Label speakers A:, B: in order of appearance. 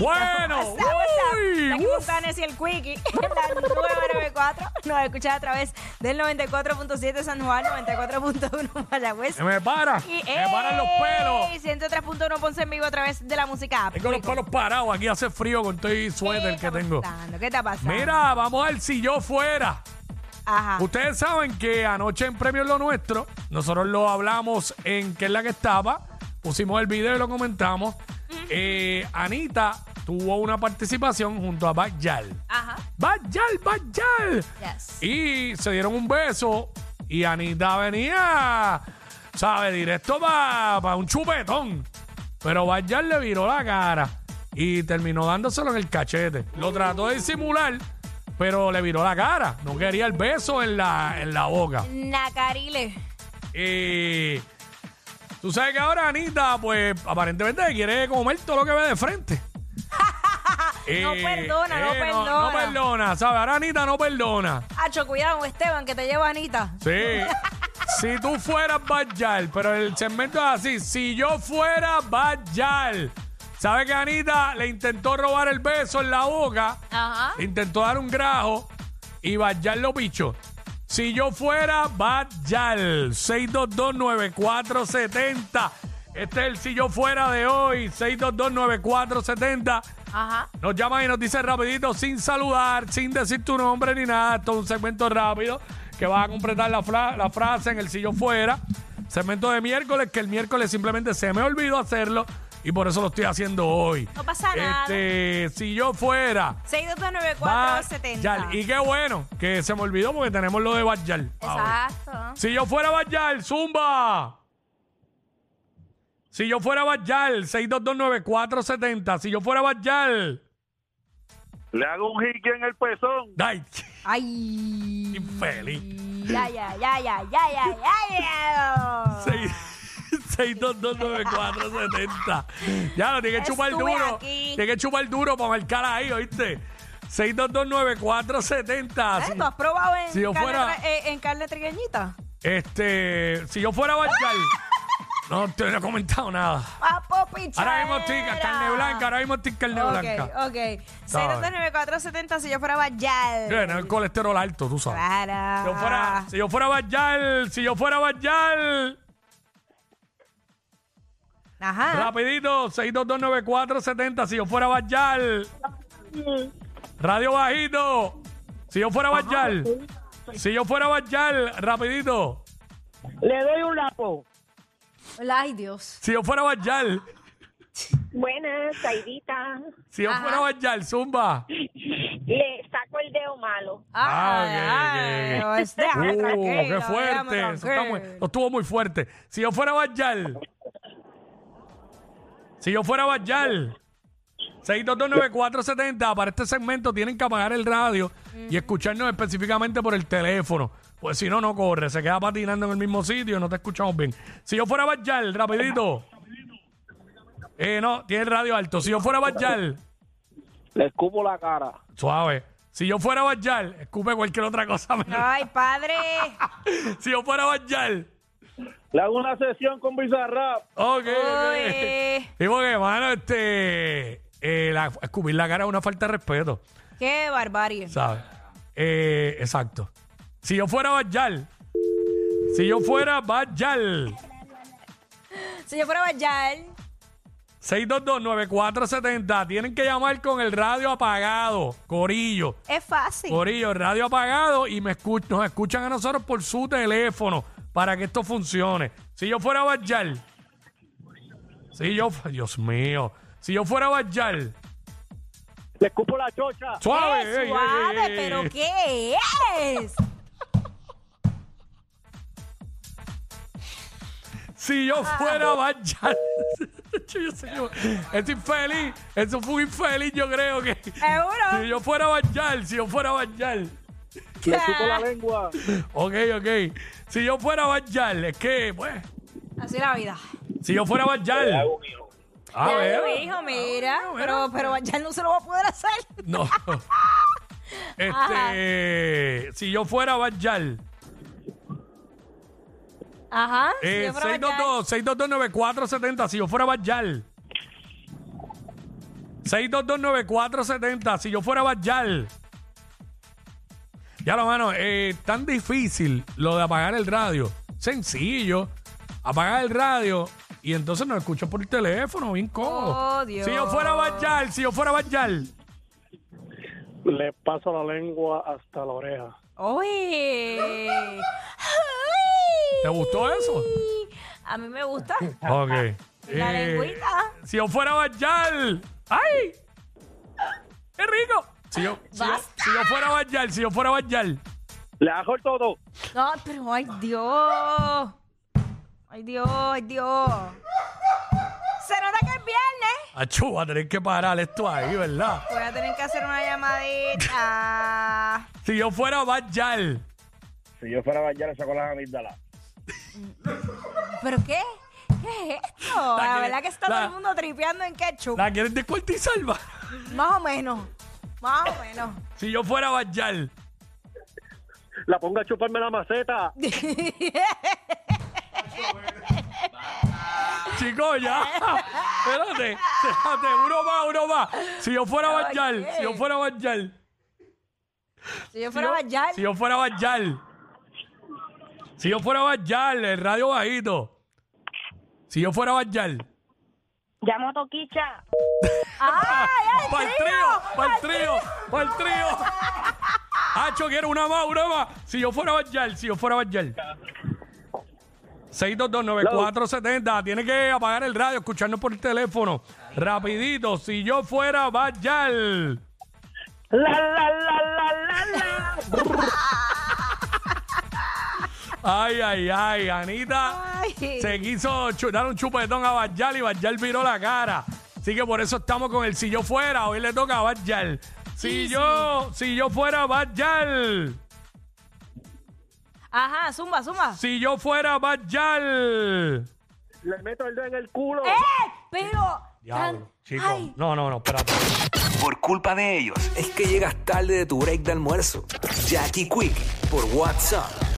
A: Bueno,
B: What's up, what's up?
A: uy,
B: Jackie
A: uf.
B: Fontanes y el Quickie. La 994 nos escuchas a través del 94.7 San Juan, 94.1 Mayagüez.
A: Se me para,
B: Y
A: se me paran los pelos.
B: ¡ey! 103.1 Ponce en vivo a través de la música. app.
A: Tengo los pelos parados, aquí hace frío con todo el suéter
B: ¿Qué
A: que
B: está
A: tengo.
B: pasando? ¿Qué está pasando?
A: Mira, vamos al si yo fuera.
B: Ajá.
A: Ustedes saben que anoche en Premio Lo Nuestro, nosotros lo hablamos en qué es la que estaba, pusimos el video y lo comentamos. Eh, Anita tuvo una participación junto a Bayal.
B: Ajá.
A: Bayal, Bayal.
B: Yes.
A: Y se dieron un beso y Anita venía, ¿sabe? Directo para un chupetón. Pero Bayal le viró la cara y terminó dándoselo en el cachete. Lo trató de disimular, pero le viró la cara. No quería el beso en la, en la boca.
B: Nacarile.
A: Y tú sabes que ahora Anita, pues aparentemente quiere comer todo lo que ve de frente. eh,
B: No perdona, no
A: No,
B: perdona.
A: perdona, ¿sabes? Ahora Anita no perdona.
B: Hacho, cuidado, Esteban, que te lleva Anita.
A: Sí. si tú fueras Bayal, pero el segmento es así. Si yo fuera Bayal. ¿Sabe que Anita le intentó robar el beso en la boca?
B: Ajá.
A: Le intentó dar un grajo y Bayal lo pichó. Si yo fuera Bayal, 6229470. Este es el si yo fuera de hoy, 6229470.
B: Ajá.
A: Nos llama y nos dice rapidito, sin saludar, sin decir tu nombre ni nada. Esto es un segmento rápido que va a completar la, fra- la frase en el si yo fuera. Segmento de miércoles, que el miércoles simplemente se me olvidó hacerlo y por eso lo estoy haciendo hoy.
B: No pasa nada.
A: Este, si yo fuera... Bayal.
B: 6229470.
A: Y qué bueno que se me olvidó porque tenemos lo de Bayal. ahora.
B: Exacto.
A: Si yo fuera Bayal, zumba. Si yo fuera Bayal, 6229470. Si yo fuera Bayal...
C: Le hago un hickey en el pezón.
A: Ay,
B: Ay.
A: infeliz.
B: Ya, ya, ya, ya, ya, ya, ya, ya.
A: Seis- 6229470. Ya lo tiene que chupar
B: Estuve
A: duro.
B: aquí.
A: Tiene que chupar duro para marcar ahí, ¿oíste? 6229470.
B: ¿Eh?
A: Si-
B: ¿Tú has probado en,
A: si yo
B: carne,
A: fuera-
B: tra- eh, en carne trigueñita?
A: Este, si yo fuera a marcar, no te hubiera comentado nada.
B: Papo pichera.
A: Ahora mismo estoy carne blanca, ahora mismo estoy carne blanca.
B: Ah, pues, Ok, ok. 69470 si yo fuera Bayal.
A: Bueno, el colesterol alto, tú sabes.
B: Clara.
A: Si yo fuera, si yo fuera a Bayal, si yo fuera a Bayal.
B: Ajá.
A: Rapidito, 6229470, si yo fuera Bayal. Radio bajito. Si yo fuera Bayal. Si yo fuera Bayal, rapidito.
D: Le doy un lapo.
B: Ay, Dios.
A: Si yo fuera Bayal.
D: Buenas, Saidita.
A: Si yo fuera Bayal, zumba.
D: Le saco el dedo malo.
A: Ah, ok, ok.
B: Dios, pues, déjame
A: Uh,
B: tranquilo,
A: qué
B: déjame
A: fuerte. Eso, está muy-
B: tranquilo.
A: eso estuvo muy fuerte. Si yo fuera Bayal. Si yo fuera Bayal. 6229470. Para este segmento tienen que apagar el radio y escucharnos específicamente por el teléfono. Pues si no, no corre. Se queda patinando en el mismo sitio y no te escuchamos bien. Si yo fuera Bayal, rapidito. Eh, no, tiene el radio alto. Si yo fuera Bayal,
C: Le escupo la cara.
A: suave. Si yo fuera Bayal, escupe cualquier otra cosa. menos-
B: Ay, padre.
A: si yo fuera Bayal.
C: Le hago una sesión con Bizarrap.
A: Ok, ok.
B: Uy,
A: Sí, porque, mano, este. eh, la- escupir la cara es una falta de respeto,
B: qué barbarie.
A: ¿sabes? Eh, exacto. Si yo fuera Bayal. Si yo fuera Bayal.
B: Si yo fuera Bayal.
A: 6229470. Tienen que llamar con el radio apagado. Corillo.
B: Es fácil.
A: Corillo, el radio apagado. Y me escu- nos escuchan a nosotros por su teléfono. Para que esto funcione. Si yo fuera Bayal. Si yo. Dios mío. Si yo fuera Bayal.
C: Le escupo la chocha.
A: Suave,
B: Qué
A: ey, ey,
B: suave,
A: ey, ey,
B: pero
A: ey.
B: ¿qué es?
A: Si yo fuera Bayal. yo sé que- estoy infeliz. Eso fue infeliz, yo creo que.
B: Seguro.
A: Si yo fuera Bayal, si yo fuera Bayal.
C: Le escupo la lengua.
A: Ok, ok. Si yo fuera Bayal, es que, pues.
B: Así la vida.
A: Si yo fuera Bayal. A
B: Ya
A: ver. Ah,
B: lo dijo, mira.
A: bueno.
B: Pero, pero Bayal no se lo va a poder hacer.
A: No. Este. Si yo fuera Bayal.
B: Ajá. si
A: Eh,
B: yo fuera Bayal.
A: 622-9470. Si yo fuera Bayal. 6229470. Si yo fuera Bayal. Ya lo mano, eh, tan difícil lo de apagar el radio. Sencillo. Apagar el radio y entonces nos escucho por el teléfono, bien cómodo.
B: Oh, Dios.
A: Si yo fuera Bayal, si yo fuera Bayal.
E: Le paso la lengua hasta la oreja.
B: Uy. Uy.
A: ¿Te gustó eso?
B: A mí me gusta.
A: Ok. Eh.
B: La lengüita.
A: Si yo fuera Bayal. ¡Ay! ¡Qué rico! Si yo, si yo, si yo fuera Bayal, si yo fuera Bayal.
C: Le hago el todo.
B: No, pero ay Dios. Ay Dios, ay Dios. Se nota que es viernes.
A: Achú, va a tener que parar esto ahí, ¿verdad?
B: Voy a tener que hacer una llamadita.
A: Si yo fuera Bayal.
C: Si yo fuera a bailar, le saco las amígdalas.
B: ¿Pero qué? ¿Qué es esto? La,
A: La que-
B: verdad que está
A: la-
B: todo el mundo tripeando en ketchup.
A: ¿La quieres descuartizar, va?
B: Más o menos. Más o menos.
A: Si yo fuera Bayal.
E: La ponga a chuparme la maceta.
A: Chicos, ya. Espérate, espérate. Uno más, uno más. Si yo fuera Bayal, si yo fuera Bayal.
B: Si yo fuera a bailar,
A: Si yo fuera Bayal. Si yo fuera Bayal, el radio bajito. Si yo fuera Bayal.
D: Llamo a Toquicha.
B: ¡Ay, ay,
A: ¡Para el trío! ¡Para el trío! ¡Para el trío! ¡Hacho, quiero una más, una más! Si yo fuera Bayal, si yo fuera Bayal. 6229470. Tiene que apagar el radio, escucharnos por el teléfono. Rapidito, si yo fuera Bayal.
D: La, la, la, la, la, la.
A: Ay, ay, ay, Anita.
B: Ay.
A: Se quiso chu- dar un chupetón a Bayal y Bayal viró la cara. Así que por eso estamos con el si yo fuera. Hoy le toca a Bayal. Si yo, si yo fuera Bayal.
B: Ajá, zumba, zumba.
A: Si yo fuera Bayal.
E: Le meto el dedo en el culo.
B: ¡Eh! Pero.
A: Diablo, chicos.
B: Ay.
A: No, no, no, espérate.
F: Por culpa de ellos es que llegas tarde de tu break de almuerzo. Jackie Quick por WhatsApp